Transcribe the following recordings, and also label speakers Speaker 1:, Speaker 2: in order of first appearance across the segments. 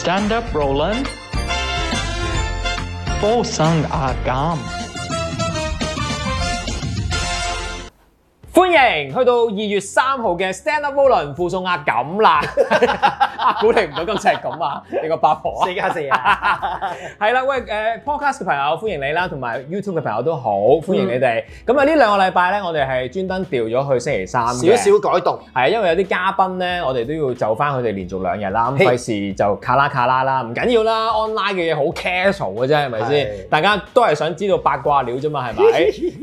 Speaker 1: Stand up, Roland。附送阿減。
Speaker 2: 歡迎去到二月三號嘅 Stand Up Roland 附送壓咁啦， 估你唔到今次係咁啊！你個八婆啊，
Speaker 3: 四加四啊！
Speaker 2: 係啦，喂誒、呃 podcast 嘅朋友歡迎你啦，同埋 YouTube 嘅朋友都好歡迎你哋。咁啊、呢兩個禮拜咧，我哋係專登調咗去星期三
Speaker 3: 少
Speaker 2: 嘅。
Speaker 3: 少改動，
Speaker 2: 係啊，因為有啲嘉賓咧，我哋都要就翻佢哋連續兩日啦，咁
Speaker 3: 嘿
Speaker 2: 費事就卡啦卡啦啦，唔緊要啦，online 嘅嘢好 casual 嘅啫，係咪先？
Speaker 3: 係
Speaker 2: 大家都係想知道八卦料啫 嘛，係咪？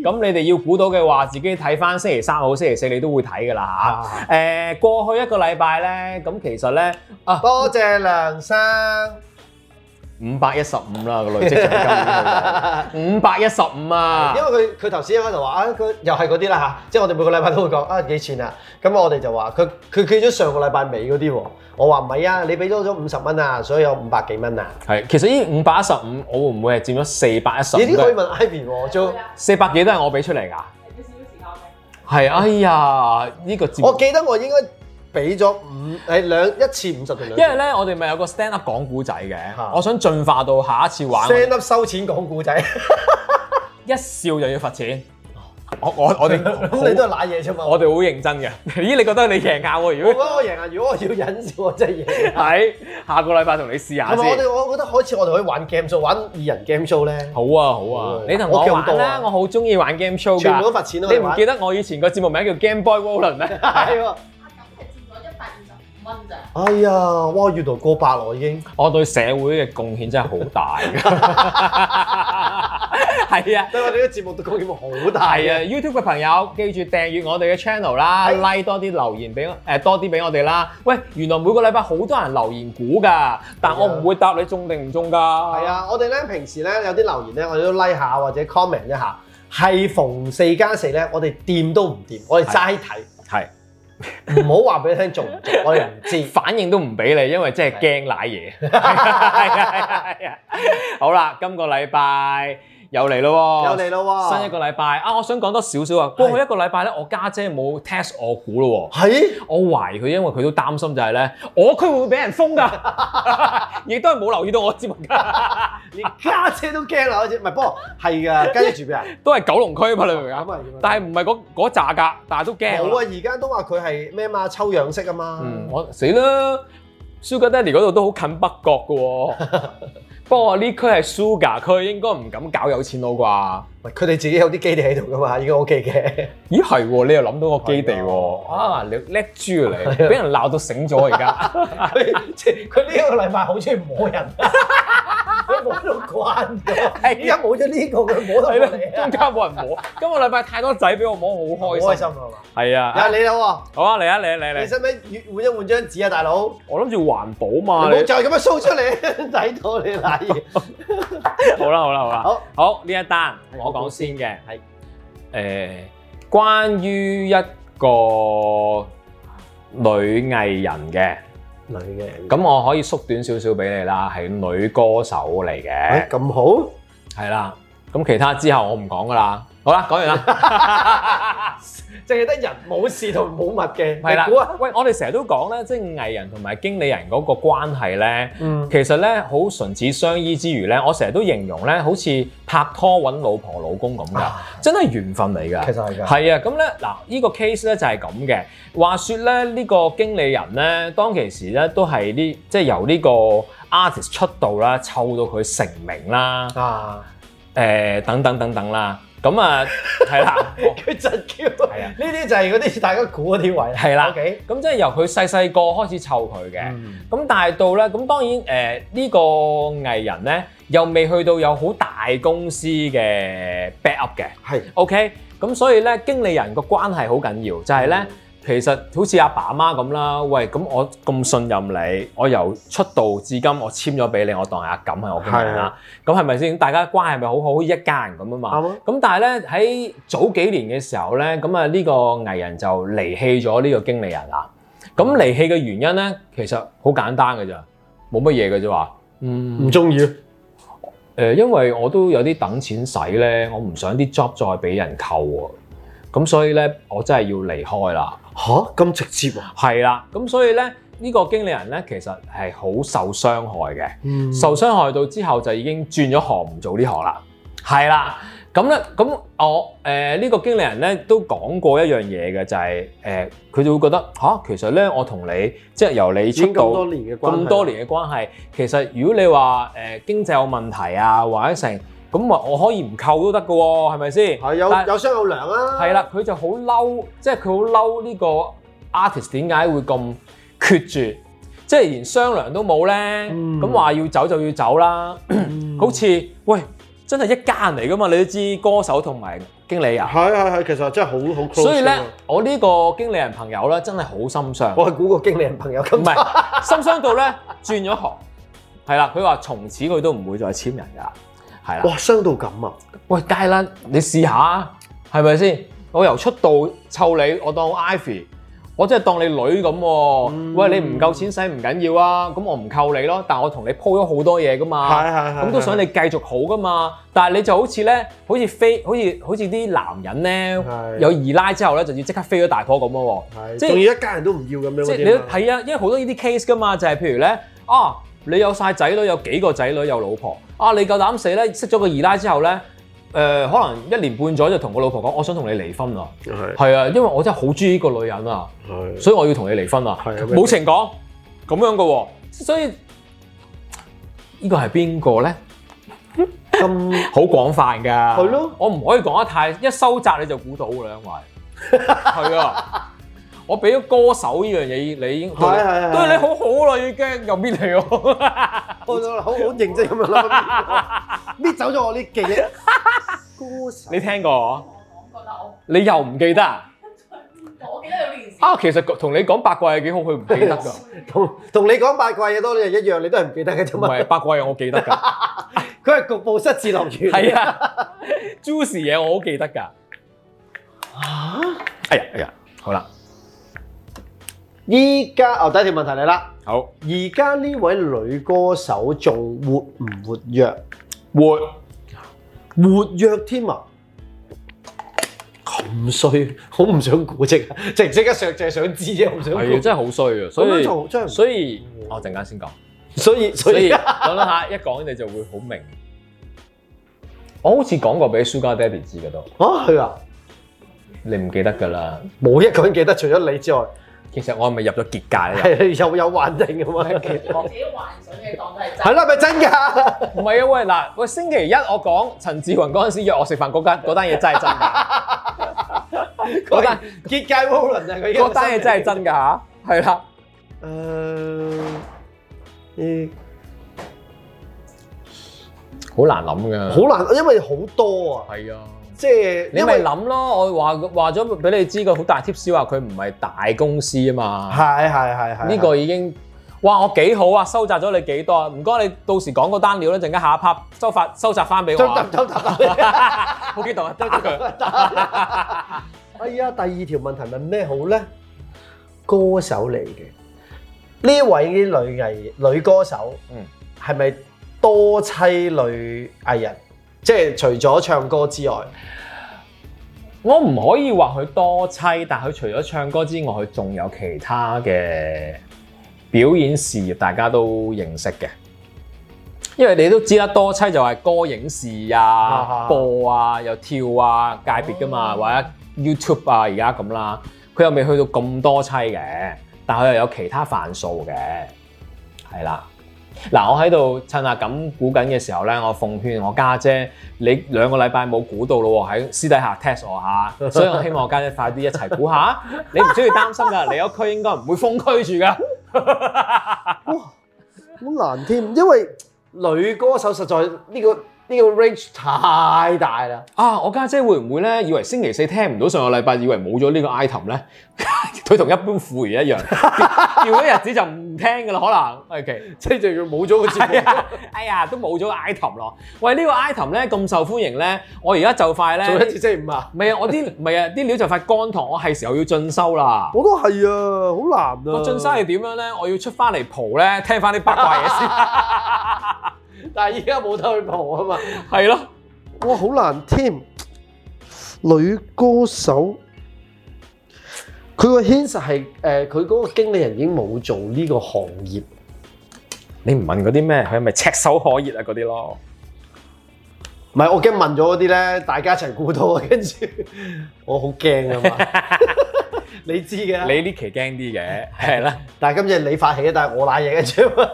Speaker 2: 咁你哋要估到嘅話，自己睇翻星期三好，星期四你都會睇㗎啦
Speaker 3: 啊
Speaker 2: 嚇。誒、過去一個禮拜咧，咁其實咧啊，
Speaker 3: 多謝梁生。
Speaker 2: 五百一十五啦個累積獎金，五百一十五啊
Speaker 3: 因！為佢佢頭先一開頭話啊，佢又係嗰啲啦嚇，即係我哋每個禮拜都會講啊幾錢啊，咁我哋就話佢佢記咗上個禮拜尾嗰啲喎，我話唔係啊，你俾多咗五十蚊啊，所以有五百幾蚊啊，
Speaker 2: 係，其實呢五百一十五，我會唔會係佔咗四百一十
Speaker 3: 你啲可以
Speaker 2: 五？
Speaker 3: 問 Ivy 喎，都
Speaker 2: 四百幾都係我俾出嚟㗎。係，哎呀，呢、個節目
Speaker 3: 啊我，記得我應該俾咗五係兩一次五十定
Speaker 2: 因為
Speaker 3: 兩
Speaker 2: 咧，我哋咪有個 stand up 講古仔嘅，
Speaker 3: 嚇
Speaker 2: 我想進化到下一次玩，
Speaker 3: ，stand up 收錢講故仔，
Speaker 2: 一笑就要罰錢。我我 我哋
Speaker 3: 咁 你都係揦嘢啫嘛。
Speaker 2: 我哋好認真嘅。 咦，你覺得你贏硬喎？
Speaker 3: 我
Speaker 2: 如
Speaker 3: 覺
Speaker 2: 果
Speaker 3: 得我贏啊！如果我要忍笑，我真係贏。
Speaker 2: 係哎下個禮拜同你試下
Speaker 3: 係咪我
Speaker 2: 先。
Speaker 3: 哋我覺得開始我哋可以玩 game show，玩二人 game show 咧，
Speaker 2: 好啊好啊
Speaker 3: 好啊，
Speaker 2: 你同
Speaker 3: 我
Speaker 2: 我
Speaker 3: 勁
Speaker 2: 玩
Speaker 3: 多
Speaker 2: 啦
Speaker 3: 啊，
Speaker 2: 我好中意玩 game show
Speaker 3: 全部都
Speaker 2: 㗎。
Speaker 3: 罰錢咯。
Speaker 2: 啊你
Speaker 3: 我哋
Speaker 2: 唔
Speaker 3: 玩
Speaker 2: 記得我以前個節目名叫 Game Boy Roland 咩？
Speaker 3: 係喎。哎呀，哇！原來過百咯 已經，
Speaker 2: 我對社會嘅貢獻真係好 大嘅。係啊。
Speaker 3: 你話你個節目都貢獻好
Speaker 2: 係
Speaker 3: 大
Speaker 2: 啊
Speaker 3: 啊！
Speaker 2: ，YouTube 嘅朋友記住訂閱我哋嘅 channel 啦，like 多啲留言俾我，誒多啲俾我哋啦。喂，原來每個禮拜好多人留言估㗎，但我唔會答你中定唔中㗎。
Speaker 3: 啊係
Speaker 2: 係，
Speaker 3: 啊，我哋咧平時咧有啲留言咧，我哋都 like 下或者 comment 一下。係逢四加四咧，我哋掂都唔掂，我哋齋睇，
Speaker 2: 係
Speaker 3: 唔好話俾你聽 做唔做，我哋唔知。
Speaker 2: 反應都唔俾你，因為真係驚賴嘢。係啊係啊係啊！好啦，今個禮拜又嚟咯喎，
Speaker 3: 又嚟咯喎，
Speaker 2: 新一個禮拜啊！我想講多少少啊，過去一個禮拜咧，我家姐冇 test 我估咯喎。
Speaker 3: 係
Speaker 2: 我懷疑佢，因為佢都擔心就係咧，我區會唔會俾人封㗎？ 亦都係冇留意到我節目㗎，
Speaker 3: 連家姐都驚啦，好似唔係，不過係㗎，家姐住邊啊？
Speaker 2: 都係九龍區嘛，你明唔明啊
Speaker 3: 咁？啊要啊
Speaker 2: 但係唔係嗰嗰扎㗎，但係都驚。
Speaker 3: 冇啊！而家都話佢係咩嘛，抽樣式啊嘛。
Speaker 2: 嗯，我死啦！Sugar Daddy 嗰度都好近北角㗎 喎，不過呢區係 Sugar 區，應該唔敢搞有錢佬啩？
Speaker 3: 喂佢哋自己有啲基地喺度噶嘛，已經 OK 嘅。
Speaker 2: 咦係喎，你又諗到個基地
Speaker 3: 係
Speaker 2: 喎？
Speaker 3: 啊
Speaker 2: 啊，你叻豬啊你，俾人鬧到醒咗而家。
Speaker 3: 佢即係佢呢個禮拜好中意摸人，啊 佢摸到慣咗。
Speaker 2: 係
Speaker 3: 而家冇咗呢個，佢摸到
Speaker 2: 係啦，
Speaker 3: 過嚟
Speaker 2: 中
Speaker 3: 啊！
Speaker 2: 間冇人摸。今個禮拜太多仔俾我摸，好
Speaker 3: 好
Speaker 2: 開
Speaker 3: 開
Speaker 2: 心
Speaker 3: 心。啊係嘛！
Speaker 2: 係啊，
Speaker 3: 啊你啦喎，
Speaker 2: 好啊，嚟啊，嚟啊嚟啊
Speaker 3: 你
Speaker 2: 嚟啊！
Speaker 3: 使唔使換一換張紙啊，大佬？
Speaker 2: 我諗住環
Speaker 3: 啊你
Speaker 2: 保嘛，
Speaker 3: 冇
Speaker 2: 你
Speaker 3: 就係咁樣 show 出嚟， 睇到你賴嘢。
Speaker 2: 好啦好啦好啦，
Speaker 3: 好
Speaker 2: 好呢一單
Speaker 3: 係
Speaker 2: 我講先嘅，
Speaker 3: 係
Speaker 2: 誒，關於一個女藝人嘅，
Speaker 3: 女嘅
Speaker 2: 咁我可以縮短少少俾你啦，係女歌手嚟嘅，
Speaker 3: 咁好，
Speaker 2: 係啦，咁其他之後我唔講噶啦，好啦， 講完啦，
Speaker 3: 淨係得人冇事同冇物嘅。
Speaker 2: 係啦
Speaker 3: 你估啊，，
Speaker 2: 喂，我哋成日都講咧，即係藝人同埋經理人嗰個關係咧。
Speaker 3: 嗯，
Speaker 2: 其實咧，好唇齒相依之餘咧，我成日都形容咧，好似拍拖揾老婆老公咁噶，真係緣分嚟
Speaker 3: 啊其
Speaker 2: 㗎。
Speaker 3: 實係㗎。
Speaker 2: 係啊，咁咧嗱，呢個 case 咧就係咁嘅。話說咧，呢個經理人咧，當其時咧都係呢，即係由呢個 artist 出道啦，湊到佢成名啦，誒、
Speaker 3: 啊！
Speaker 2: 等等等等啦。咁啊，係 啦，
Speaker 3: 佢就叫，
Speaker 2: 係啊
Speaker 3: 呢啲就係嗰啲大家估嗰啲位啦。
Speaker 2: 係啦
Speaker 3: OK，
Speaker 2: 咁即係由佢細細個開始湊佢嘅。
Speaker 3: 嗯，
Speaker 2: 咁但係到咧，咁當然誒呢、個藝人咧，又未去到有好大公司嘅 back up 嘅
Speaker 3: 係
Speaker 2: ，OK，咁所以咧經理人個關係好緊要，就係、咧、其實好似阿爸阿媽咁啦，喂，咁我咁信任你，我由出道至今我簽咗俾你，我當係阿錦係我經理人啦，咁係咪先？大家關係咪好好，好似一家人咁啊嘛。
Speaker 3: 啱啊。
Speaker 2: 咁但係咧喺早幾年嘅時候咧，咁啊呢個藝人就離棄咗呢個經理人啦。咁離棄嘅原因咧，其實好簡單嘅咋，冇乜嘢嘅啫話。嗯，誒、呃
Speaker 3: 中意。
Speaker 2: 因為我都有啲等錢使咧，我唔想啲 job 再俾人扣喎。咁所以咧，我真係要離開啦。
Speaker 3: 吓？咁直接啊？
Speaker 2: 係啦，咁所以咧，呢個經理人咧，其實係好受傷害嘅。
Speaker 3: 嗯
Speaker 2: 受傷害到之後就已經轉咗行唔做呢行啦。係啦，咁咧咁我誒呢個經理人咧都講過一樣嘢嘅，就係誒佢就會覺得吓、其實咧我同你即係由你
Speaker 3: 已
Speaker 2: 出
Speaker 3: 經
Speaker 2: 道
Speaker 3: 咁多年嘅關係啦
Speaker 2: 咁多年嘅關係，其實如果你話誒、經濟有問題啊或者成咁啊，我可以唔扣都得嘅喎，係咪先？
Speaker 3: 係有
Speaker 2: 但
Speaker 3: 有商有量啊，
Speaker 2: 係啦，佢就好嬲，即係佢好嬲呢個 artist 點解會咁決絕，即係連商量都冇咧，
Speaker 3: 嗯
Speaker 2: 咁話、要走就要走啦。
Speaker 3: 嗯，
Speaker 2: 好似喂，真係一家人嚟噶嘛，你都知歌手同埋經理人，
Speaker 3: 係係係，其實真係好好 close
Speaker 2: 所以咧
Speaker 3: 㗎，
Speaker 2: 我呢個經理人朋友咧，真係好心傷，
Speaker 3: 我係估個經理人朋友咁
Speaker 2: 唔係心傷到咧轉咗行，係啦，佢話從此佢都唔會再簽人㗎啦，係啦。
Speaker 3: 哇，傷到咁啊！
Speaker 2: 喂，梗係啦，你試下啊，係咪先？我由出道湊你，我當我 Ivy，我真係當你女咁喎、
Speaker 3: 嗯
Speaker 2: 喂，你唔夠錢使唔緊要啊，咁我唔扣你咯，但我同你鋪咗好多嘢噶嘛，
Speaker 3: 係
Speaker 2: 啊咁都想你繼續好噶嘛。但係你就好似咧，好似飛，好似好似啲男人
Speaker 3: 係
Speaker 2: 咧，有二奶之後咧，就要即刻飛咗大婆咁咯喎。
Speaker 3: 係，
Speaker 2: 即係
Speaker 3: 仲要一家人都唔要咁樣
Speaker 2: 即係
Speaker 3: 嗰
Speaker 2: 你
Speaker 3: 啲啊嘛
Speaker 2: 係啊，因為好多呢啲 case 噶嘛，就係、譬如咧，啊，你有晒仔女，有幾個仔女，有老婆，啊，你夠膽死咧，識咗個二奶之後咧，誒、可能一年半載就同個老婆講，我想同你離婚啊，
Speaker 3: 係
Speaker 2: 係啊，因為我真係好中意呢個女人啊，
Speaker 3: 係
Speaker 2: 所以我要同你離婚啊，
Speaker 3: 係啊
Speaker 2: 冇情講咁樣噶喎、所以呢個係邊個咧？
Speaker 3: 咁
Speaker 2: 好廣泛㗎，
Speaker 3: 係咯
Speaker 2: 我唔可以講得太一收窄你就估到㗎啦，因為係啊，我俾咗歌手呢樣嘢，你已經對
Speaker 3: 係係係
Speaker 2: 對你好好啦，已經又搣你 喎，
Speaker 3: 我就好好認真咁樣啦， 搣走咗我啲記憶。歌手
Speaker 2: 你聽過？
Speaker 4: 講過啦，我
Speaker 2: 你又唔記得啊？
Speaker 4: 我記得有呢件事。
Speaker 2: 啊，其實同你講八卦有幾好，佢唔記 得
Speaker 3: 啊
Speaker 2: 㗎，
Speaker 3: 同同你講八卦嘢多你就一樣，你都係唔記得嘅啫
Speaker 2: 唔
Speaker 3: 嘛。
Speaker 2: 係八卦嘢我記得 㗎，
Speaker 3: 佢係局部失智樂園。
Speaker 2: 係啊，juicy 嘢我好記得㗎。
Speaker 3: 啊！
Speaker 2: 哎呀哎呀，好啦，
Speaker 3: 依家哦，第一條問題嚟啦。
Speaker 2: 好
Speaker 3: 而家呢位女歌手仲活唔活躍？
Speaker 2: 活
Speaker 3: 活躍添啊！咁衰，好唔想估即刻，即即刻上就係想知啫，我唔想
Speaker 2: 係啊，
Speaker 3: 估。
Speaker 2: 真係好衰啊，所
Speaker 3: 咁樣
Speaker 2: 以
Speaker 3: 做真係唔
Speaker 2: 所以我陣間先講。
Speaker 3: 所以 啊
Speaker 2: 所
Speaker 3: 所
Speaker 2: 以
Speaker 3: 以
Speaker 2: 講諗下，一講你就會好明。我好似講過俾 Sugar Daddy 知嘅都，
Speaker 3: 啊，係啊，
Speaker 2: 你唔記得㗎啦。
Speaker 3: 冇一個人記得，除咗你之外，
Speaker 2: 其實我係咪啊入咗結界咧？啊
Speaker 3: 係又有幻聽㗎嘛。
Speaker 4: 我自己幻想嘅當都係真
Speaker 3: 係。啦，咪真 㗎？
Speaker 2: 唔係啊，喂嗱，喂星期一我講陳志雲嗰陣時約我食飯嗰間 嗰單嘢真係真㗎， 嗰單
Speaker 3: 結界 Roland 啊，佢已經
Speaker 2: 嗰單嘢真係真㗎嚇，係啦。
Speaker 3: 誒，咦
Speaker 2: 好難諗㗎，
Speaker 3: 好難，因為好多啊，
Speaker 2: 係啊。
Speaker 3: 即係
Speaker 2: 你
Speaker 3: 因
Speaker 2: 咪
Speaker 3: 為
Speaker 2: 諗咯，我話話咗俾你知個好大 tips 話佢唔係大公司啊嘛。
Speaker 3: 係係係係
Speaker 2: 呢 個已經，哇！我幾好啊，收集咗你幾多啊？唔該，你到時講嗰單料咧，陣間下一 part 收發收集翻俾我
Speaker 3: 得
Speaker 2: 啊。
Speaker 3: 得得得。
Speaker 2: 好激 動啊！得佢，
Speaker 3: 哎呀，第二條問題問咩好咧？歌手嚟嘅呢位女藝女歌手，
Speaker 2: 嗯，
Speaker 3: 係咪多妻女藝人？即係除咗唱歌之外，
Speaker 2: 我唔可以話佢多妻，但佢除咗唱歌之外，佢仲有其他嘅表演事業，大家都認識嘅。因為你都知啦，多妻就係歌影視啊
Speaker 3: 啊、
Speaker 2: 播啊、又跳啊界別噶嘛，或者 YouTube 啊而家咁啦。佢又未去到咁多妻嘅，但佢又有其他範數嘅，係啦。嗱，我喺度趁阿咁估緊嘅時候咧，我奉勸我家姐你兩個禮拜冇估到咯喎，喺私底下 test 我下，所以我希望我家姐快啲一齊估下。你唔需要擔心㗎，你嗰區應該唔會封區住㗎。
Speaker 3: 好難添，因為女歌手實在呢、個呢、個 range 太大啦。
Speaker 2: 啊，我家姐會唔會咧以為星期四聽唔到上個禮拜，以為冇咗呢 個 item 咧？佢同一般婦孺一樣，調調咗日子就唔聽㗎啦，可能 OK。
Speaker 3: 即係就要冇咗個節
Speaker 2: 係啊，哎呀，都冇咗個 item 咯。喂，呢、個 item 咧咁受歡迎咧，我而家就快咧，
Speaker 3: 做一次星期五啊！
Speaker 2: 唔係啊，我 啲唔係啊，啲料就快乾塘，我係時候要進修啦。
Speaker 3: 我都係啊，好難
Speaker 2: 個進修係點樣咧？我要出翻嚟蒲咧，聽翻啲八卦嘢先。
Speaker 3: 但係而家冇得去蒲啊嘛。
Speaker 2: 係咯，
Speaker 3: 哇，好難添！女歌手佢個 hint 係誒，佢嗰個經理人已經冇做呢個行業，
Speaker 2: 你唔問嗰啲咩，佢咪赤手可熱啊嗰啲咯。
Speaker 3: 唔係我驚問咗嗰啲咧，大家一齊估到啊，跟住 我好驚啊嘛， 你知嘅。
Speaker 2: 你呢期驚啲 嘅，係啦。
Speaker 3: 但係今次你發起，但係我賴嘢嘅啫嘛。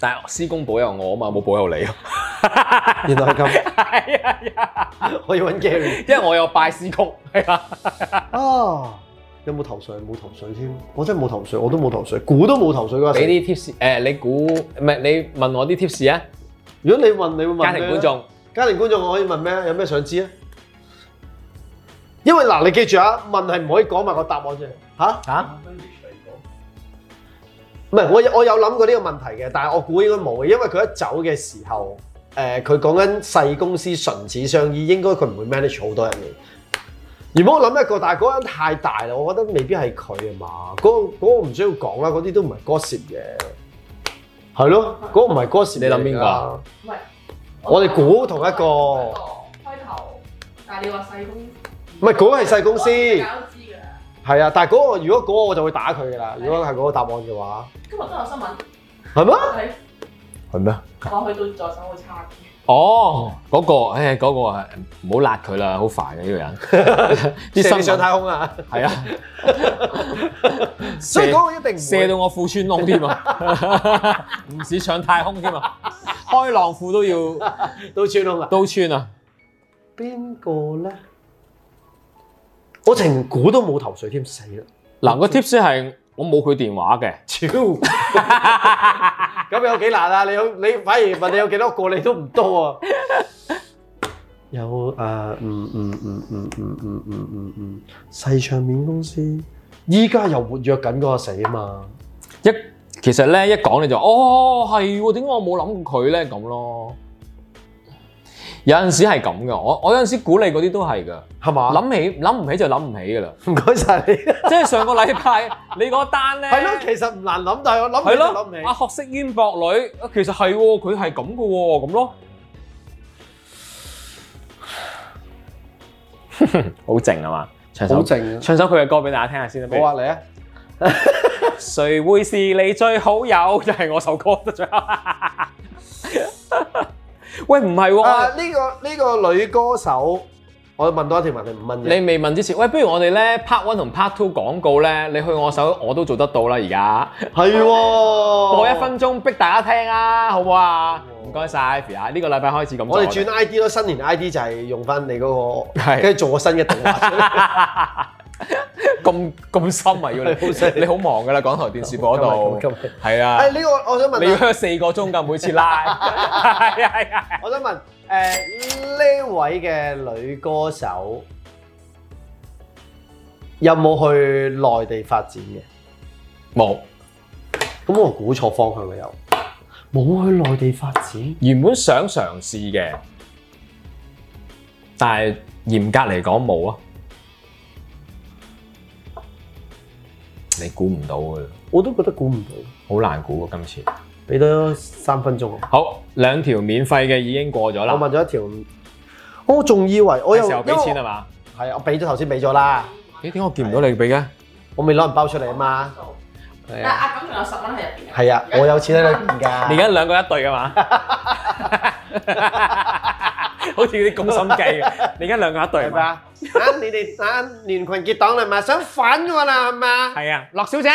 Speaker 2: 但係施工保佑我啊嘛，冇保佑你。啊
Speaker 3: 原來係咁，
Speaker 2: 係啊係啊，
Speaker 3: 我要揾 Gary
Speaker 2: 因為我有拜施工，係啊。
Speaker 3: 啊。有冇頭緒？冇頭緒添，我真係冇頭緒，我都冇頭緒，估都冇頭緒嗰
Speaker 2: 俾
Speaker 3: 陣。
Speaker 2: 啲 tips，誒你估唔係你問我啲 tips 啊？
Speaker 3: 如果你問，你會問
Speaker 2: 家庭
Speaker 3: 咩咧啊
Speaker 2: 觀眾，
Speaker 3: 家庭觀眾，我可以問咩？有咩想知啊？因為嗱，你記住啊，問係唔可以講埋個答案啫。嚇、
Speaker 2: 嚇
Speaker 3: 唔係，我有我有諗過呢個問題嘅，但係我估應該冇嘅，因為佢一走嘅時候，誒佢講緊細公司唇齒相依，應該佢唔會 manage 好多人嘅。原本我諗一個，但係嗰間太大啦，我覺得未必係佢啊嘛。嗰、個嗰個唔需要講啦，嗰啲都唔係 gossip 嘅，係咯，嗰、個唔係 gossip
Speaker 2: 你諗邊個
Speaker 3: 個
Speaker 2: 啊？
Speaker 4: 唔係，
Speaker 3: 我哋估同一個
Speaker 4: 開頭，但係你話細公司，
Speaker 3: 唔係嗰個係細公司
Speaker 4: 大家都知㗎啦。
Speaker 3: 係啊，但係嗰、個如果嗰個我就會打佢噶啦。如果係嗰個答案嘅話，
Speaker 4: 今日都有新聞，
Speaker 3: 係咩？
Speaker 4: 佢
Speaker 2: 係咩？
Speaker 4: 話去到再手會差啲。
Speaker 2: 哦，嗰、個，誒嗰、個啊，唔好辣佢啦，好煩嘅啊呢個 人。啲
Speaker 3: 射你
Speaker 2: 新
Speaker 3: 上
Speaker 2: 聞
Speaker 3: 太空啊！
Speaker 2: 係 啊，
Speaker 3: 所以嗰個一定唔會
Speaker 2: 射到我褲穿窿添啊， 唔止上太空添啊，開浪褲都要
Speaker 3: 到穿窿啦。
Speaker 2: 都穿啊。
Speaker 3: 邊個咧？我情估都冇頭緒添，死啦！
Speaker 2: 嗱、個 tips 係我冇佢電話嘅，
Speaker 3: 超咁有幾難啊？你有你反而問你有幾多個，你都唔多啊！有誒，嗯嗯嗯嗯嗯嗯嗯嗯嗯，細唱片公司依家又活躍緊嗰個死啊嘛！
Speaker 2: 一其實咧一講你就哦係喎，點解我冇諗過佢咧咁咯？有陣時係咁嘅，我我有陣時估你嗰啲都係㗎，
Speaker 3: 係嘛？
Speaker 2: 諗起諗唔起就諗唔起㗎啦。
Speaker 3: 諗唔該晒你，係
Speaker 2: 即係上個禮拜 你嗰單咧，
Speaker 3: 咯，其實唔難諗，但係我諗
Speaker 2: 係
Speaker 3: 起就諗唔
Speaker 2: 咯，阿
Speaker 3: 起。
Speaker 2: 學識淵博女，啊其實係喎，佢係咁嘅喎，咁咯。 好靜啊嘛，唱首
Speaker 3: 靜啊！
Speaker 2: 唱首佢嘅歌俾大家聽下先啦。不如
Speaker 3: 我話你啊，
Speaker 2: 誰會是你最好友？就係我首歌得最後。 喂，唔係
Speaker 3: 啊
Speaker 2: 喎，
Speaker 3: 呢個呢個女歌手，我問多一條問題，唔問
Speaker 2: 你未問之前，喂，不如我哋咧 part one 同 part two 廣告咧，你去我手我都做得到啦，而家
Speaker 3: 係喎，
Speaker 2: 播
Speaker 3: 我
Speaker 2: 一分鐘逼大家聽啊，好唔好啊？唔該晒 Ivy 啊，呢個禮拜開始咁做。
Speaker 3: 我哋轉 I D 咯，新年 I D 就係用翻你嗰、
Speaker 2: 係
Speaker 3: 個，跟住做個新嘅動畫出嚟。
Speaker 2: 咁咁深啊，要
Speaker 3: 係好犀利
Speaker 2: 你你 好忙噶啦，港台電視播 嗰度
Speaker 3: 今日今日
Speaker 2: 係
Speaker 3: 誒呢、
Speaker 2: 啊，
Speaker 3: 個我想
Speaker 2: 你要
Speaker 3: 問啊，
Speaker 2: 開四個鐘㗎，每次拉 係啊係啊，
Speaker 3: 我想問誒呢位嘅女歌手有冇去內地發展嘅？
Speaker 2: 冇。
Speaker 3: 咁我估錯方向啦，又冇去內地發展。
Speaker 2: 原本想嘗試嘅，但係嚴格嚟講冇啊，你估唔到㗎，
Speaker 3: 我都覺得估唔到，
Speaker 2: 好難估啊！今次
Speaker 3: 俾多三分鐘我。
Speaker 2: 好兩條免費嘅已經過咗啦，
Speaker 3: 我問咗一條，我仲以為我
Speaker 2: 係
Speaker 3: 又
Speaker 2: 時候俾
Speaker 3: 因為
Speaker 2: 錢啦嘛？
Speaker 3: 我係我俾咗頭先俾咗啦，
Speaker 2: 咦？點解我見唔到你俾嘅？
Speaker 3: 我未攞人包出嚟啊嘛。
Speaker 4: 但係阿錦仲有十蚊喺入邊嘅。
Speaker 3: 係啊，我有錢喺裏面
Speaker 2: 你而
Speaker 3: 㗎。
Speaker 2: 家兩個一對㗎嘛？ 好似啲攻心 計嘅，你而家兩個一對
Speaker 3: 係
Speaker 2: 係
Speaker 3: 咪
Speaker 2: 嘛？
Speaker 3: 啊？啊，你哋啊聯群結黨啦係嘛，想反我啦係嘛？
Speaker 2: 係啊，樂 小姐，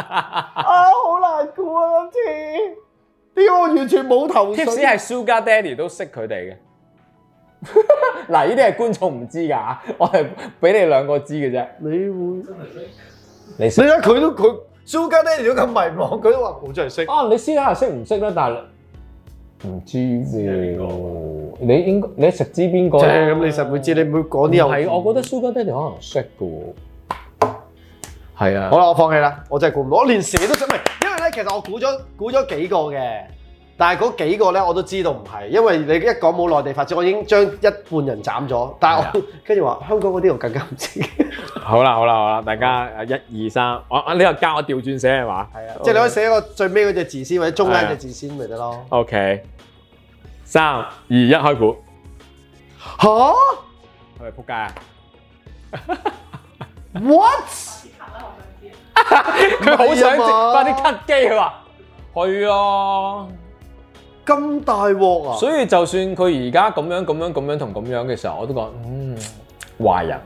Speaker 3: 啊，好難估啊今次，呢個我完全冇頭
Speaker 2: Tips 係 Sugar Daddy 都識佢哋嘅。 嗱，呢啲係觀眾唔知㗎， 我係俾你兩個知嘅啫。
Speaker 3: 你會？
Speaker 2: 你
Speaker 3: 你睇佢都佢蘇家爹哋都咁迷茫，佢都話冇真係識。
Speaker 2: 啊？你私底下識唔識咧？但係唔知喎。你應該你食知邊個
Speaker 3: 即
Speaker 2: 啦？
Speaker 3: 係咁，你實會知，你唔會講啲有。
Speaker 2: 係，我覺得 Sugar Daddy 可能識嘅喎。係啊
Speaker 3: 好啦，我放棄啦，我真係估唔到，我連蛇都想，唔係，因為咧，其實我估咗估咗幾個嘅，但係嗰幾個咧我都知道唔係，因為你一講冇內地發展，我已經將一半人斬咗，但係啊我跟住話香港嗰啲我更加唔知，係
Speaker 2: 好啦，好啦，好啦，大家啊，一二三，我我呢個加我調轉寫係嘛？
Speaker 3: 啊，即係你可以寫個最尾嗰隻字先，或者中間隻字先咪得咯。
Speaker 2: O K，三二一開盤，
Speaker 3: 嚇！
Speaker 2: 係咪撲街啊？
Speaker 3: What？
Speaker 4: 啲卡
Speaker 2: 佢
Speaker 4: 啦，我想知。
Speaker 2: 好想
Speaker 3: 唔
Speaker 2: 直
Speaker 3: 係啊嘛
Speaker 2: 快啲 cut 機，佢話係啊，
Speaker 3: 咁大鑊啊！
Speaker 2: 所以就算佢而家咁樣咁樣咁樣同咁樣嘅時候，我都講嗯壞人。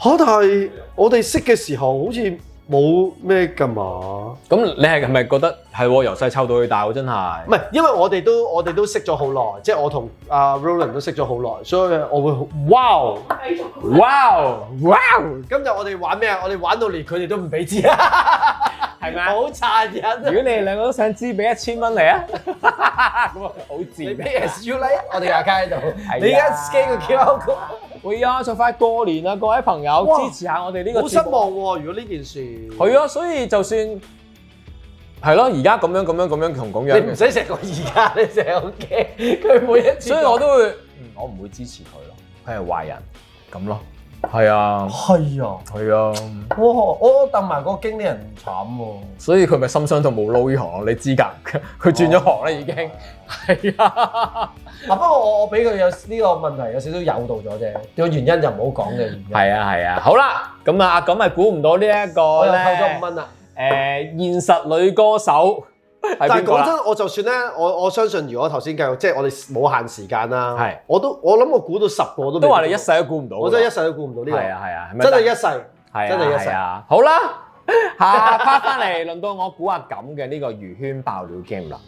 Speaker 3: 嚇，但係我哋識嘅時候好似冇咩㗎嘛。
Speaker 2: 咁你係咪覺得係喎？由細湊到佢大喎，真係
Speaker 3: 唔。係，因為我哋都我哋都識咗好耐，即係我同阿 Roland 都識咗好耐，所以我會好哇！
Speaker 4: 繼續。
Speaker 2: 哇哇，
Speaker 3: 今日我哋玩咩啊？我哋玩到連佢哋都唔俾知啊！
Speaker 2: 係咪 啊？
Speaker 3: 好殘忍
Speaker 2: 如果
Speaker 3: 啊！
Speaker 2: 你哋兩個都想知，俾一千蚊你啊！咁啊，好
Speaker 3: 你
Speaker 2: 賤。
Speaker 3: 俾 SU 嚟啊！我哋架街喺度，
Speaker 2: 啊
Speaker 3: 你而家 scan 個 QR code，
Speaker 2: 會啊，就快過年啦，各位朋友
Speaker 3: 哇
Speaker 2: 支持下我哋呢個
Speaker 3: 好失
Speaker 2: 節目。
Speaker 3: 望喎！如果呢件事，
Speaker 2: 係啊，所以就算係咯，而家咁樣咁樣咁樣同咁樣
Speaker 3: 你
Speaker 2: 嘅
Speaker 3: 唔使成個而家，你成日好驚 佢每一次講。
Speaker 2: 所以我都會，嗯我唔會支持佢咯，佢係壞人咁咯。係啊，
Speaker 3: 係啊！
Speaker 2: 係啊，
Speaker 3: 哇！我揼埋個經理人慘喎。
Speaker 2: 所以佢咪心傷到冇撈呢行咯，你資格，佢轉咗行啦已經。係啊，
Speaker 3: 哦啊，不過我我俾佢有呢個問題有少少誘導咗啫，個原因就唔好講嘅原因。
Speaker 2: 係啊，係啊，好啦，咁啊，咁咪估唔到呢一個
Speaker 3: 我又扣咗
Speaker 2: 咧
Speaker 3: 五，蚊啦。
Speaker 2: 誒現實女歌手係
Speaker 3: 但係
Speaker 2: 邊個
Speaker 3: 講
Speaker 2: 啦？
Speaker 3: 真，我就算咧，我我相信如果頭先繼續，即係我哋冇限時間啦，
Speaker 2: 係
Speaker 3: 我都我諗我估到十個都未
Speaker 2: 都話你一世都估唔到㗎，
Speaker 3: 我真係一世都估唔到呢
Speaker 2: 係啊係啊，係咪
Speaker 3: 個，真係一世。
Speaker 2: 係啊
Speaker 3: 真係一世
Speaker 2: 係啊。好啦， 下 part 翻嚟，輪到我估下咁嘅呢個魚圈爆料 game 啦。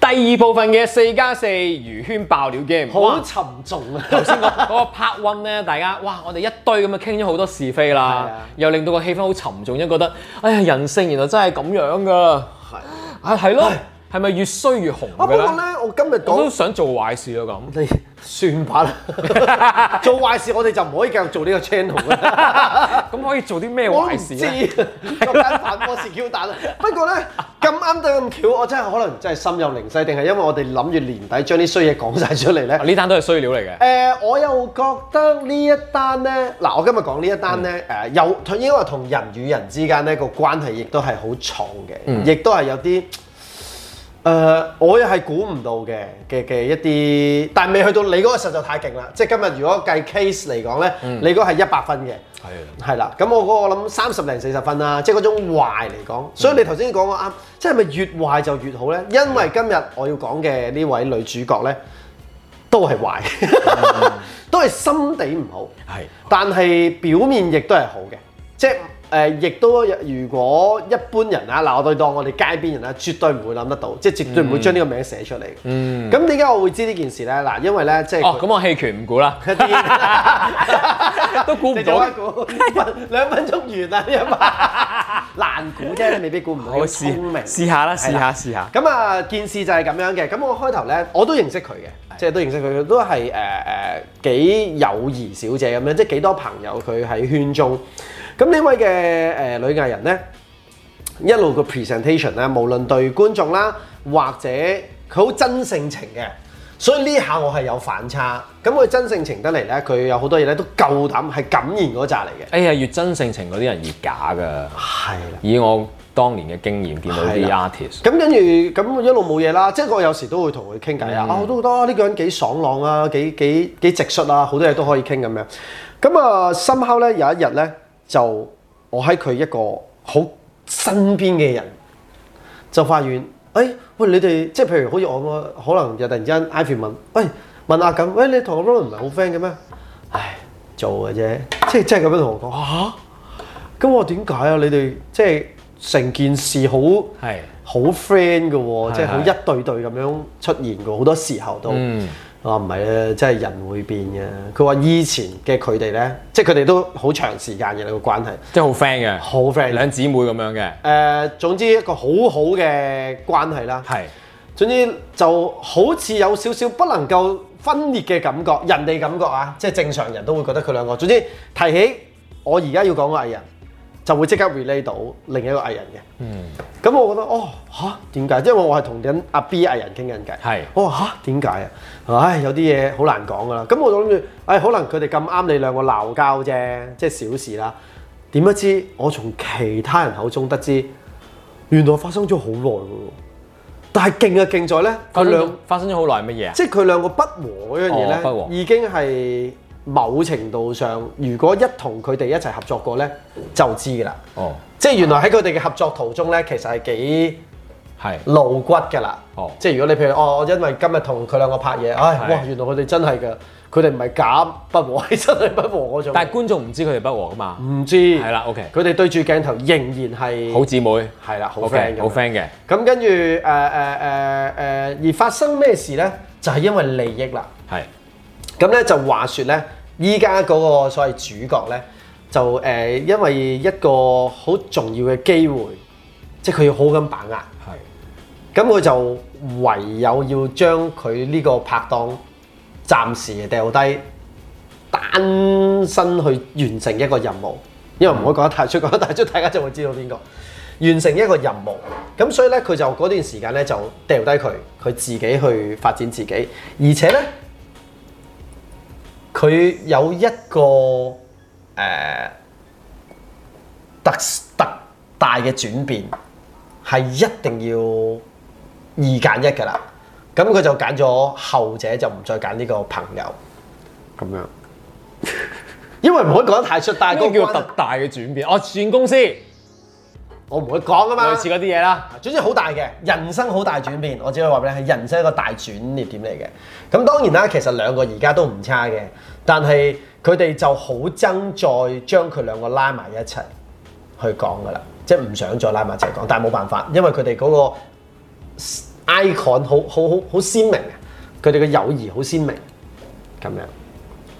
Speaker 2: 第二部分嘅四加四魚圈爆料 game，
Speaker 3: 好沉重啊！頭 先
Speaker 2: 嗰個 part one 咧，大家哇，我哋一堆咁樣傾咗好多是非啦
Speaker 3: 係啊，
Speaker 2: 又令到個氣氛好沉重，因為覺得哎呀人性原來真係咁樣噶，係係咯，係咪越衰越紅
Speaker 3: 啊，不
Speaker 2: 嘅
Speaker 3: 過咧
Speaker 2: 咧？，
Speaker 3: 我今日
Speaker 2: 我都
Speaker 3: 講
Speaker 2: 想做壞事啊咁。
Speaker 3: 你算吧啦，做壞事我哋就唔可以繼續做呢個 channel 啦。
Speaker 2: 咁可以做啲咩
Speaker 3: 我都
Speaker 2: 壞
Speaker 3: 唔
Speaker 2: 事啊
Speaker 3: 知啊
Speaker 2: 咧？
Speaker 3: 咁間反波是 Q 蛋啊！不過咧咁啱得咁巧，我真係可能真係心有靈犀，定係因為我哋諗住年底將啲衰嘢講晒出嚟咧
Speaker 2: 啊。呢單都係衰料嚟嘅
Speaker 3: 誒、。呃我又覺得呢一單呢，嗱，我今日講呢一單呢，誒、呃有應該話同人與人之間呢個關係，亦都係好重嘅，亦都係有啲誒、呃我又係估唔到嘅嘅嘅一啲，但未去到你嗰個實在太勁啦，即係今日如果計 case 嚟講呢，你嗰個係一百分嘅。係啦，咁我嗰個我諗三十零四十分啦，即係嗰種壞嚟講，所以你頭先講個啱，即係咪越壞就越好呢？因
Speaker 2: 嗯
Speaker 3: 為今日我要講嘅呢位女主角呢，都係壞，
Speaker 2: 嗯
Speaker 3: 都係心地唔好，
Speaker 2: 係
Speaker 3: 但係表面亦都係好嘅，即係誒，亦、都如果一般人啊，嗱，我哋當我哋街邊人啊，絕對唔會諗得到，即係絕對唔會將呢個名寫出嚟。
Speaker 2: 嗯。
Speaker 3: 咁點解我會知呢件事呢？嗱，因為呢，即係
Speaker 2: 哦，
Speaker 3: 佢
Speaker 2: 咁我棄權唔估 啦，
Speaker 3: 一啲
Speaker 2: 都估唔
Speaker 3: 你做
Speaker 2: 到啊
Speaker 3: 一。估，兩分鐘完啦，一嘛 難估啫，你未必估唔到。
Speaker 2: 我
Speaker 3: 聰
Speaker 2: 試
Speaker 3: 明。
Speaker 2: 試下啦，試
Speaker 3: 係
Speaker 2: 下
Speaker 3: 啦
Speaker 2: 試下。
Speaker 3: 咁啊，件事就係咁樣嘅。咁我開頭咧，我都認識佢嘅，即係都認識佢，佢都係誒誒幾友誼小姐咁樣，即係幾多朋友佢喺圈中。咁呢位嘅誒、呃女藝人咧，一路個 presentation 咧，無論對觀眾啦，或者佢好真性情嘅。所以呢下我係有反差，咁佢真性情得嚟咧，佢有好多嘢咧都夠膽係敢言嗰扎嚟嘅。
Speaker 2: 哎呀，越真性情嗰啲人越假㗎。
Speaker 3: 係啦。
Speaker 2: 以我當年嘅經驗，見到啲
Speaker 3: 係
Speaker 2: artist，
Speaker 3: 咁跟住咁一路冇嘢啦，即係我有時都會同佢傾偈啊，啊我都覺得啊呢個人幾爽朗啊，幾幾幾直率啊，好多嘢都可以傾咁樣。咁啊深烤咧有一日咧就我喺佢一個好身邊嘅人就發現，誒、哎喂你哋即係譬如好似我咁啊可能就突然之間 Ivy 問，喂問阿錦，喂你同阿 Ron 唔係好 friend 嘅咩？唉做嘅啫，即係即係咁樣同我講啊，咁我點解啊？你哋即係成件事好。
Speaker 2: 係
Speaker 3: 好 friend 嘅
Speaker 2: 係
Speaker 3: 喎，即係好
Speaker 2: 係
Speaker 3: 一對對咁樣出現嘅，好多時候都。
Speaker 2: 嗯
Speaker 3: 我話唔係咧，即係人會變嘅。佢話以前嘅佢哋咧，即係佢哋都好長時間嘅個關係，
Speaker 2: 即係好 friend 嘅，
Speaker 3: 好 friend
Speaker 2: 兩姊妹咁樣嘅，
Speaker 3: 誒、總之一個好好嘅關係啦。
Speaker 2: 係
Speaker 3: 總之就好似有少少不能夠分裂嘅感覺，人哋感覺啊，即係正常人都會覺得佢兩個。總之提起我而家要講個藝人，就會即刻 relate 到另一個藝人嘅。
Speaker 2: 嗯
Speaker 3: 咁我覺得哦吓，點解？即係我係同緊阿 B 藝人傾緊偈。
Speaker 2: 係
Speaker 3: 我話吓，點解啊？唉，有啲嘢好難講噶啦。咁我就諗住，唉，可能佢哋咁啱你兩個鬧交啫，即係小事啦。點不知我從其他人口中得知，原來發生咗好耐㗎喎。但係勁嘅勁在咧，佢
Speaker 2: 發生
Speaker 3: 兩
Speaker 2: 咗發生咗好耐乜嘢啊？
Speaker 3: 即係佢兩個不和嗰樣嘢咧，
Speaker 2: 哦不和
Speaker 3: 已經係某程度上，如果一同佢哋一齊合作過呢，就知㗎啦。
Speaker 2: 哦，
Speaker 3: 即係原來喺佢哋嘅合作途中呢，其實係幾
Speaker 2: 係，
Speaker 3: 露骨㗎啦。
Speaker 2: 哦，
Speaker 3: 即係如果你譬如哦，因為今日同佢兩個拍嘢，唉，
Speaker 2: 係
Speaker 3: 哇，原來佢哋真係㗎，佢哋唔係假不和，係真係不和嗰種。
Speaker 2: 但係觀眾唔知佢哋不和噶嘛，
Speaker 3: 唔知
Speaker 2: 係啦，OK，
Speaker 3: 佢哋對住鏡頭仍然係
Speaker 2: 好姊妹
Speaker 3: 係啦，好 friend
Speaker 2: ，OK，好
Speaker 3: 咁。
Speaker 2: friend 嘅，
Speaker 3: 咁跟住呃誒誒誒誒，呃而發生咩事呢？就係、因為利益啦。
Speaker 2: 係，
Speaker 3: 咁咧就話說咧，依家嗰個所謂主角咧，就誒、呃因為一個好重要嘅機會，即係佢要好咁把握，
Speaker 2: 係，
Speaker 3: 咁佢就唯有要將佢呢個拍檔暫時掉低，單身去完成一個任務。因為唔可以講得太出，講得太出大家就會知道邊個。完成一個任務，咁所以咧佢就嗰段時間咧就掉低佢，佢自己去發展自己，而且咧。佢有一個誒、呃特特大嘅轉變，係一定要二揀一㗎啦。咁佢就揀咗後者，就唔再揀呢個朋友咁樣。因為唔可以講得太出，但
Speaker 2: 咩
Speaker 3: 係嗰
Speaker 2: 叫
Speaker 3: 個
Speaker 2: 特
Speaker 3: 關
Speaker 2: 大嘅轉變？我轉公司類
Speaker 3: 我唔會講啊嘛。
Speaker 2: 似嗰啲嘢啦，
Speaker 3: 總啊之好大嘅人生好大轉變，我只可以話俾你係人生一個大轉捩點嚟嘅。咁當然啦，其實兩個而家都唔差嘅，但係佢哋就好憎再將佢兩個拉埋一齊去講噶啦，即係唔想再拉埋一齊講，但係冇辦法，因為佢哋嗰個 icon 好好好好鮮明啊，佢哋嘅友誼好鮮明咁樣。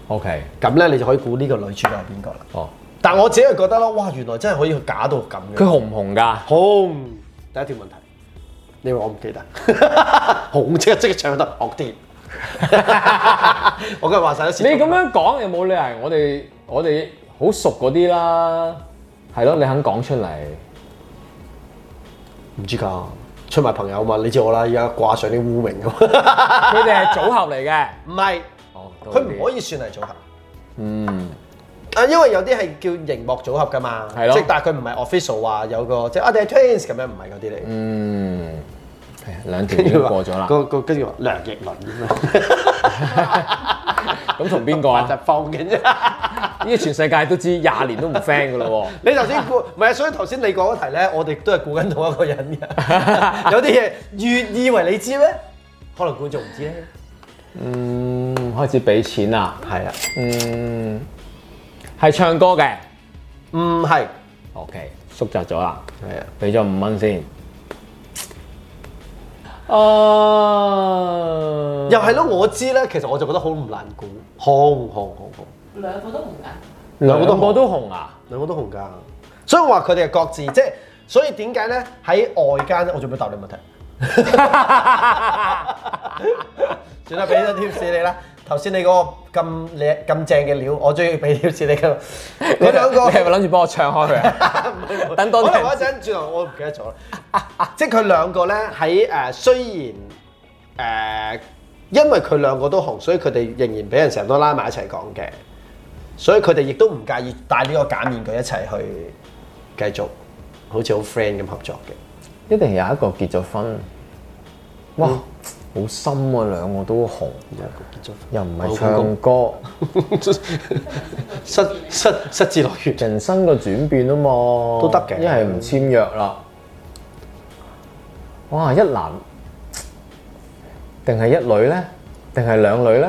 Speaker 2: ，OK，
Speaker 3: 咁咧你就可以估呢個女主角係邊個啦。
Speaker 2: 哦，
Speaker 3: 但我自己係覺得咯，哇，原來真係可以假到咁嘅
Speaker 2: 佢。紅唔紅㗎？
Speaker 3: 紅，第一條問題，你話我唔記得，紅即刻即刻唱得惡啲， 我今日話晒都
Speaker 2: 你咁啊樣講有冇理由係我哋我哋好熟嗰啲啦？係咯，你肯講出 嚟，
Speaker 3: 唔知㗎，出埋朋友嘛，你知我啦，而家掛上啲污名咁，
Speaker 2: 佢哋係組合嚟嘅。
Speaker 3: 唔 係，
Speaker 2: 哦，
Speaker 3: 佢唔可以算係組合。
Speaker 2: 嗯，
Speaker 3: 啊，因為有啲係叫熒幕組合㗎嘛，
Speaker 2: 係咯
Speaker 3: 即係但係佢唔係 official 話有個即係我哋係 twins 咁樣，唔係嗰啲嚟。
Speaker 2: 嗯，係啊兩條已
Speaker 3: 跟
Speaker 2: 經
Speaker 3: 住話
Speaker 2: 過咗啦。
Speaker 3: 個個跟住話梁奕倫咁樣，
Speaker 2: 咁同邊個啊
Speaker 3: 就放緊啫。
Speaker 2: 呢全世界都知廿年 都唔 friend 噶咯
Speaker 3: 你頭先 估，唔係啊，所以頭先你講嗰題咧，我哋都係估緊同一個人 嘅。有啲嘢越以為你知咩，可能觀眾唔知咧。
Speaker 2: 喎。嗯，開始俾錢啦。
Speaker 3: 係啊，
Speaker 2: 嗯，係唱歌嘅。
Speaker 3: 唔嗯係，
Speaker 2: OK，縮窄咗啦，
Speaker 3: 係啊，
Speaker 2: 俾咗五蚊先。啊，
Speaker 3: 又係咯，我知咧，其實我就覺得好唔難估，紅紅紅紅，
Speaker 4: 兩個都紅㗎。
Speaker 2: 兩
Speaker 3: 兩
Speaker 2: 個都
Speaker 3: 個都
Speaker 2: 紅都紅啊！
Speaker 3: 兩個都紅㗎。所以我話佢哋係各自，即係所以點解咧喺外間咧，我做咩答你問 題？算啦，俾咗 tips 你啦。頭先你嗰個咁靚咁正嘅料，我中意俾 tips 你㗎。 嗰兩個
Speaker 2: 你係咪諗住幫我唱開佢啊？等多啲
Speaker 3: 可
Speaker 2: 人
Speaker 3: 能我一陣轉頭我唔記得咗啦。 即係佢兩個咧喺誒，雖然誒、呃因為佢兩個都紅，所以佢哋仍然俾人成日都拉埋一齊講嘅，所以佢哋亦都唔介意戴呢個假面具一齊去繼續好似好 friend 咁合作 嘅。
Speaker 2: 一定有一個結咗婚，哇，好深啊！兩個都紅， 又唔係唱歌，
Speaker 3: 失失失智樂園
Speaker 2: 人生個轉變啊嘛，都
Speaker 3: 得嘅
Speaker 2: 一係唔簽約啦，哇！一男定係一女咧，定係兩女咧？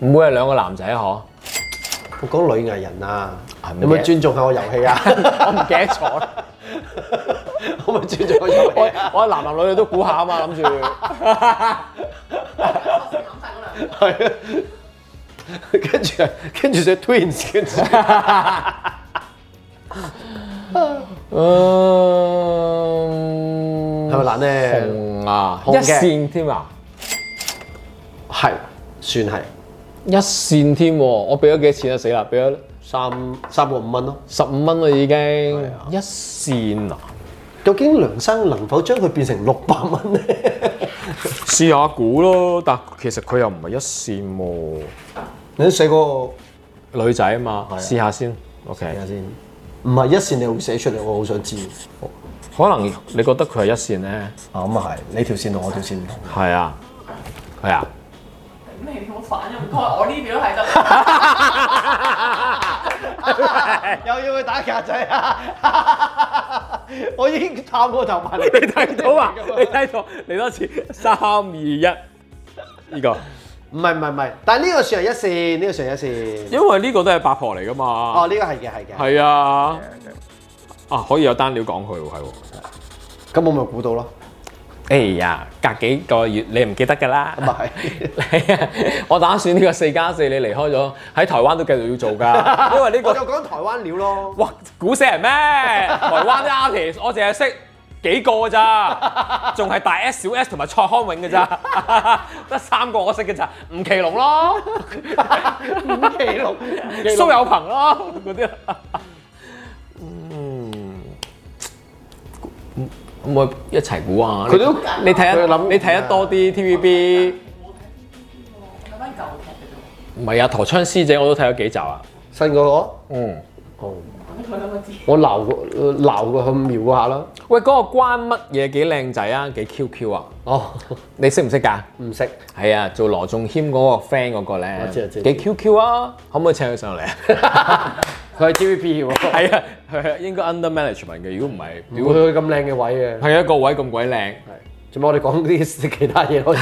Speaker 2: 唔會係兩個男仔嗬？
Speaker 3: 我講女藝人啊
Speaker 2: 啊，
Speaker 3: 有
Speaker 2: 咩
Speaker 3: 冇尊重下我遊戲啊？
Speaker 2: 我唔記得咗啦，
Speaker 3: 可唔可以尊重我遊 戲
Speaker 2: 我
Speaker 3: 啊？
Speaker 2: 我男男女女都估下啊嘛，諗住
Speaker 4: 我先諗晒嗰兩個。
Speaker 3: 係啊， 跟住跟住就 twins，跟住。
Speaker 2: 嗯
Speaker 3: 係咪難咧？
Speaker 2: 嗯紅啊，一
Speaker 3: 紅嘅
Speaker 2: 線添啊！
Speaker 3: 係，算係
Speaker 2: 一線添喎，我俾咗幾多錢啊？死啦，俾咗
Speaker 3: 三三個五蚊咯。
Speaker 2: 十五蚊啦已經
Speaker 3: 啊，
Speaker 2: 一線啊！
Speaker 3: 究竟梁生能否將佢變成六百蚊咧？
Speaker 2: 試下估咯，但其實佢又唔係一線喎，
Speaker 3: 你都寫過
Speaker 2: 女仔啊嘛，試下啊先。
Speaker 3: 睇
Speaker 2: OK，
Speaker 3: 下先，唔係一線你會寫出嚟，我好想知。
Speaker 2: 可能你覺得佢係一線咧？
Speaker 3: 啊咁啊係，你條線同我條線唔同。
Speaker 2: 係啊，係啊，
Speaker 4: 你好煩啊！唔該，我呢邊都係得。
Speaker 3: 又要去打格仔啊！ 我已經探過頭埋
Speaker 2: 你
Speaker 3: 嚟，
Speaker 2: 睇到啊？你睇到？嚟多次，三二一，呢個，
Speaker 3: 唔係唔係唔係，但係呢個算係一線，呢、個算係一線。
Speaker 2: 因為呢個都係八婆嚟噶
Speaker 3: 哦，
Speaker 2: 嘛。
Speaker 3: 呢、個係嘅係嘅。
Speaker 2: 係啊，啊可以有單料講佢喎，係喎。
Speaker 3: 咁我咪估到咯，
Speaker 2: 哎呀，隔幾個月你唔記得㗎啦。
Speaker 3: 咁啊係。
Speaker 2: 係啊， 我打算呢個四加四你離開咗，喺台灣都繼續要做 㗎，因為呢、個
Speaker 3: 我就講台灣料咯。
Speaker 2: 哇，估死人 咩？台灣啲 artist 我淨係識幾個㗎 咋，仲係大 S、小 S 同埋蔡康永㗎咋， 得三個我識㗎咋，吳奇隆咯，
Speaker 3: 五 期六，
Speaker 2: 蘇有朋
Speaker 3: 啊
Speaker 2: 咯，嗰啲。嗯，可唔可以一齊估啊？
Speaker 3: 佢都
Speaker 2: 你睇
Speaker 3: 佢
Speaker 2: 得
Speaker 3: 諗啊
Speaker 2: 你睇得多啲 TVB，
Speaker 4: 我睇邊啲喎？我睇翻舊劇嘅啫喎
Speaker 2: 唔係啊，陀槍師姐我都睇咗幾集啊。
Speaker 3: 新嗰個。
Speaker 2: 嗯。
Speaker 3: 哦，
Speaker 4: 咁佢兩個字。
Speaker 3: 我鬧過鬧過去瞄下啦。
Speaker 2: 喂，嗰、個關乜嘢幾靚仔啊，幾 Q Q 啊？
Speaker 3: 哦，
Speaker 2: 你識唔識㗎？
Speaker 3: 唔識。
Speaker 2: 係啊，做羅仲謙嗰個 friend 嗰個
Speaker 3: 我知我
Speaker 2: 咧，
Speaker 3: 知
Speaker 2: 幾 Q Q 啊？可唔可以請佢上嚟啊？
Speaker 3: 佢係 TVB 喎。
Speaker 2: 係啊，係啊，應該 under management 嘅。如果唔係，
Speaker 3: 屌佢咁靚嘅位嘅。
Speaker 2: 係啊，個位咁鬼靚。
Speaker 3: 係。做咩我哋講啲其他嘢咯？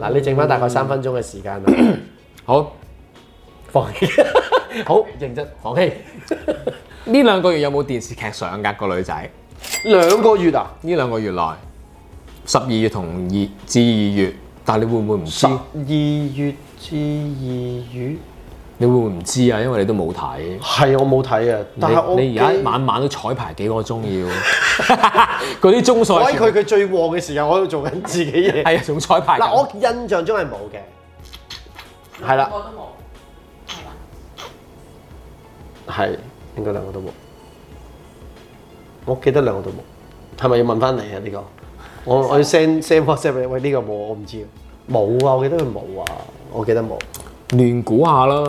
Speaker 3: 嗱，你剩翻大概三分鐘嘅時間啦，
Speaker 2: 好，
Speaker 3: 放棄。好認真放棄。
Speaker 2: 呢兩個月有冇電視劇上㗎？個女仔
Speaker 3: 兩個月啊？
Speaker 2: 呢兩個月內，十二月同二至二月，但係你會唔會唔知
Speaker 3: 十？二月至二月。
Speaker 2: 你會唔會唔知啊？因為你都冇睇。
Speaker 3: 係我冇睇啊，但係我
Speaker 2: 你你而
Speaker 3: 記
Speaker 2: 家晚晚都彩排幾個鐘要， 嗰啲鐘數
Speaker 3: 我
Speaker 2: 係
Speaker 3: 喺佢佢最旺嘅時間，我喺度做緊自己嘢。
Speaker 2: 係啊，仲彩排緊。
Speaker 3: 嗱，我印象中係冇嘅，係啦
Speaker 4: 兩個都冇，係嘛？
Speaker 3: 係應該兩個都冇。我記得兩個都冇，係咪要問翻你啊？呢、個我我要 send send WhatsApp 俾你，喂呢、個冇我唔知啊，冇啊，我記得佢冇啊，我記得冇，
Speaker 2: 亂估下啦，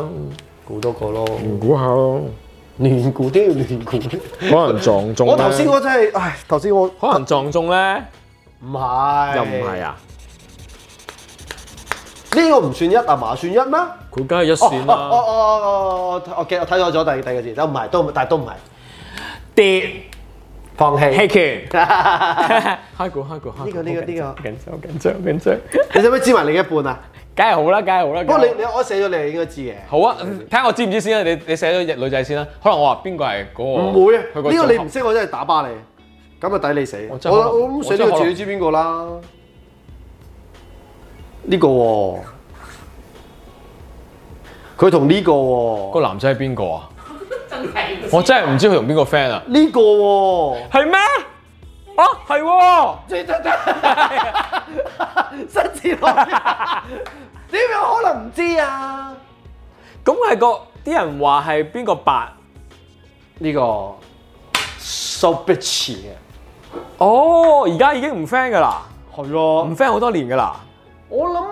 Speaker 3: 估多個咯，
Speaker 2: 估下咯，
Speaker 3: 亂估都要亂估。
Speaker 2: 可能撞中呢。
Speaker 3: 我頭先我真係，唉，頭先我
Speaker 2: 可能撞中咧，
Speaker 3: 唔係，
Speaker 2: 又唔係，啊？
Speaker 3: 呢個唔算一啊嘛，算一咩？
Speaker 2: 佢梗係一
Speaker 3: 哦
Speaker 2: 線
Speaker 3: 哦
Speaker 2: 啦。
Speaker 3: 哦哦哦，我我記我睇錯咗第第二個字，都唔係，都唔但係都唔係，
Speaker 2: 跌
Speaker 3: 放
Speaker 2: 氣
Speaker 3: 棄。
Speaker 2: 拳， 開估開估開估。
Speaker 3: 呢個呢個呢個
Speaker 2: 緊張緊張緊張，
Speaker 3: 你使唔使知埋另一半啊？
Speaker 2: 梗係好啦，梗係好啦。
Speaker 3: 不過你
Speaker 2: 梗係
Speaker 3: 你我寫咗你應該知嘅。
Speaker 2: 好啊，睇下我知唔知先啊？你你寫咗日女仔先啦，可能我話邊個係嗰個？
Speaker 3: 唔會啊！
Speaker 2: 哦佢
Speaker 3: 呢個你唔識，我真係打巴你，咁啊抵你死
Speaker 2: 我！真係可能
Speaker 3: 我我咁寫呢個字，你知邊個啦？呢個喎，佢同呢個
Speaker 2: 個
Speaker 3: 喎，
Speaker 2: 男仔係邊個啊？
Speaker 4: 真係。
Speaker 2: 我真係唔知佢同邊個 friend 啊？
Speaker 3: 呢個喎，啊
Speaker 2: 係咩？啊，係喎！
Speaker 3: 新字落點有可能唔知啊？
Speaker 2: 咁係個啲人話係邊個白？
Speaker 3: 呢個 so bitch 嘅，
Speaker 2: 哦，而家已經唔 friend 噶啦，
Speaker 3: 係
Speaker 2: 唔
Speaker 3: 啊，
Speaker 2: friend 好多年噶啦。
Speaker 3: 我諗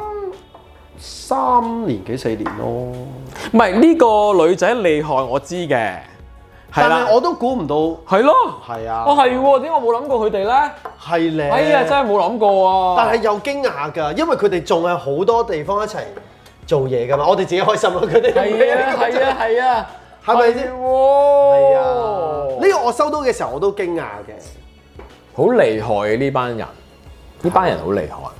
Speaker 3: 三年幾四年咯，
Speaker 2: 唔係呢個女仔厲害，我知嘅，係
Speaker 3: 但
Speaker 2: 啦
Speaker 3: 係，我都估唔到，
Speaker 2: 係咯，
Speaker 3: 係啊
Speaker 2: 哦係喎，點解我冇諗過佢哋咧？
Speaker 3: 係咧。
Speaker 2: 哎呀，真係冇諗過啊！
Speaker 3: 但係又驚訝㗎，因為佢哋仲係好多地方一齊做嘢㗎嘛，我哋自己開心咯，佢哋
Speaker 2: 係啊，係啊，係啊，
Speaker 3: 係咪先？係啊，
Speaker 2: 哇！
Speaker 3: 呢個我收到嘅時候我都驚訝嘅，
Speaker 2: 好厲害呢班人，呢班人好厲害。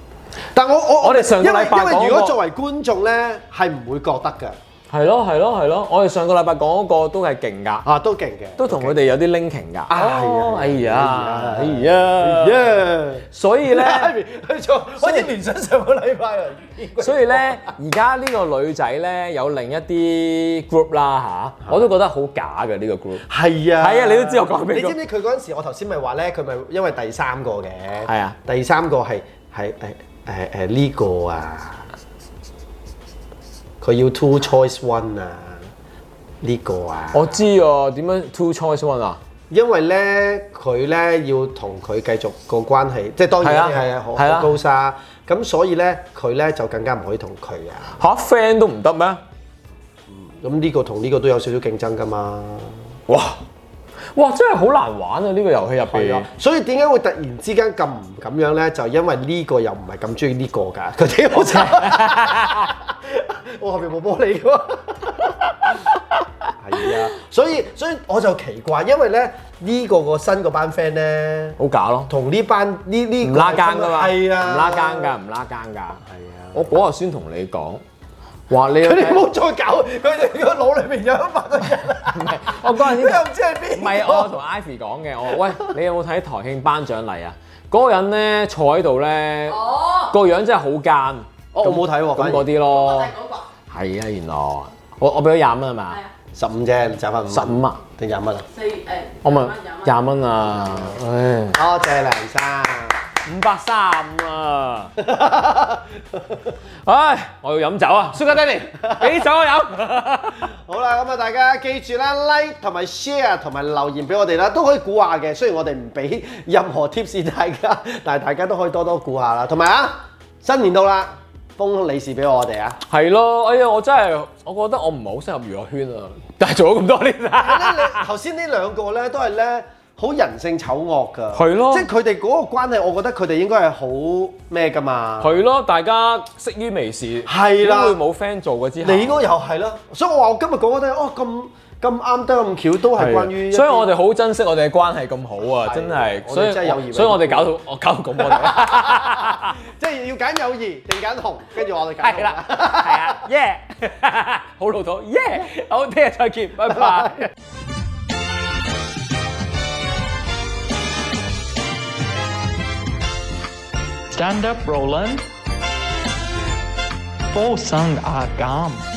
Speaker 3: 但我我
Speaker 2: 我哋上個禮拜
Speaker 3: 因為因為如
Speaker 2: 講
Speaker 3: 果
Speaker 2: 過
Speaker 3: 作為觀眾咧，係唔會覺得㗎，
Speaker 2: 係咯，係咯，係咯，我哋上個禮拜講嗰個都係勁㗎，
Speaker 3: 啊都勁嘅，
Speaker 2: 都同佢哋有啲 linking 㗎。哦哎呀，哎
Speaker 3: à.
Speaker 2: 呀，
Speaker 3: 耶！
Speaker 2: 所以咧，
Speaker 3: 去做，好似聯想上個禮拜啊，
Speaker 2: 所以咧，而家呢個女仔咧有另一啲 group 啦吓，我都覺得好假嘅呢個 group。
Speaker 3: 係啊，
Speaker 2: 係啊你都知我講邊個
Speaker 3: 你知唔知佢嗰陣時，我頭先咪話咧，佢咪因為第三個嘅，
Speaker 2: 係啊，
Speaker 3: 第三個係係誒誒誒呢個啊，佢要 two choice one 啊，呢個啊，
Speaker 2: 我知啊，點樣 à, two choice one à? 啊？
Speaker 3: 因為咧佢咧要同佢繼續個關係，即係當然
Speaker 2: 係啊
Speaker 3: 係啊，好
Speaker 2: 係啊
Speaker 3: 好高沙，咁所以咧佢咧就更加唔可以同佢啊，
Speaker 2: 嚇 friend 都唔得咩？
Speaker 3: 咁呢個同呢個都有少少競爭噶嘛，
Speaker 2: 哇！哇！真係好難玩啊！呢、個遊戲入
Speaker 3: 係
Speaker 2: 邊
Speaker 3: 啊，，所以點解會突然之間咁唔咁樣咧？就因為呢個又唔係咁中意呢個㗎， 佢哋好慘。 我後面冇玻璃㗎喎。係啊，所以所以我就奇怪，因為咧呢、個個新嗰班 friend 咧，
Speaker 2: 好假咯，
Speaker 3: 同呢班呢呢
Speaker 2: 唔拉更噶嘛，
Speaker 3: 係啊，
Speaker 2: 唔拉更㗎，唔拉更㗎。係
Speaker 3: 啊
Speaker 2: 我嗰日先同你講，話你
Speaker 3: 佢哋唔好再搞，佢哋個腦裏面有一百個人，
Speaker 2: 我嗰陣
Speaker 3: 佢
Speaker 2: 先
Speaker 3: 又唔知係邊個。
Speaker 2: 唔係，我同 Ivy 講嘅，我話 喂，你有冇睇台慶頒獎禮啊？嗰、個人咧坐喺度咧，
Speaker 4: 哦，
Speaker 2: 個樣真係好奸。
Speaker 3: 哦我冇睇喎反
Speaker 2: 咁
Speaker 3: 而
Speaker 2: 嗰啲
Speaker 4: 我
Speaker 2: 咯
Speaker 4: 係，嗰個，
Speaker 2: 係啊，原來我我俾咗廿蚊係嘛
Speaker 4: 係？啊，
Speaker 3: 十五啫，賺翻五
Speaker 2: 十五啊，
Speaker 3: 定廿蚊啊？
Speaker 4: 四誒，
Speaker 2: 我問
Speaker 4: 廿蚊
Speaker 2: 廿蚊啊，唉，
Speaker 3: 多謝梁生。
Speaker 2: 五百三十五啊，唉，我要飲酒啊，Sugar Daddy，俾酒我飲。
Speaker 3: 好啦，咁啊，大家記住啦，like 同埋 share 同埋留言俾我哋啦，都可以估下嘅。雖然我哋唔俾任何 tips 大家， 但係大家都可以多多估下啦。同埋啊，新年到啦，封利是俾我哋啊！
Speaker 2: 係咯，哎呀，我真係，我覺得我唔係好適合娛樂圈啊，但係做咗咁多年啊 啦。
Speaker 3: 咧你頭先呢兩個咧都係咧好人性醜惡㗎，
Speaker 2: 係咯
Speaker 3: 即係佢哋嗰個關係，我覺得佢哋應該係好咩㗎嘛。
Speaker 2: 係咯，大家識於微時，
Speaker 3: 係
Speaker 2: 點
Speaker 3: 啦
Speaker 2: 會冇 friend 做嘅之後。
Speaker 3: 你嗰個又係啦，所以我話我今日講嗰啲哦咁咁啱得咁巧，都係關於一啲
Speaker 2: 所以我哋好珍惜我哋嘅關係咁好啊，
Speaker 3: 係
Speaker 2: 真係，
Speaker 3: 我哋
Speaker 2: 所以
Speaker 3: 真係有義
Speaker 2: 所以我哋搞到我搞到咁我哋，
Speaker 3: 即係要揀友誼定揀紅，跟住我哋揀
Speaker 2: 係
Speaker 3: 紅
Speaker 2: 啦，係啊耶， 好老土耶，好聽日再見，拜拜。
Speaker 1: Stand up, Roland. Fosang agam.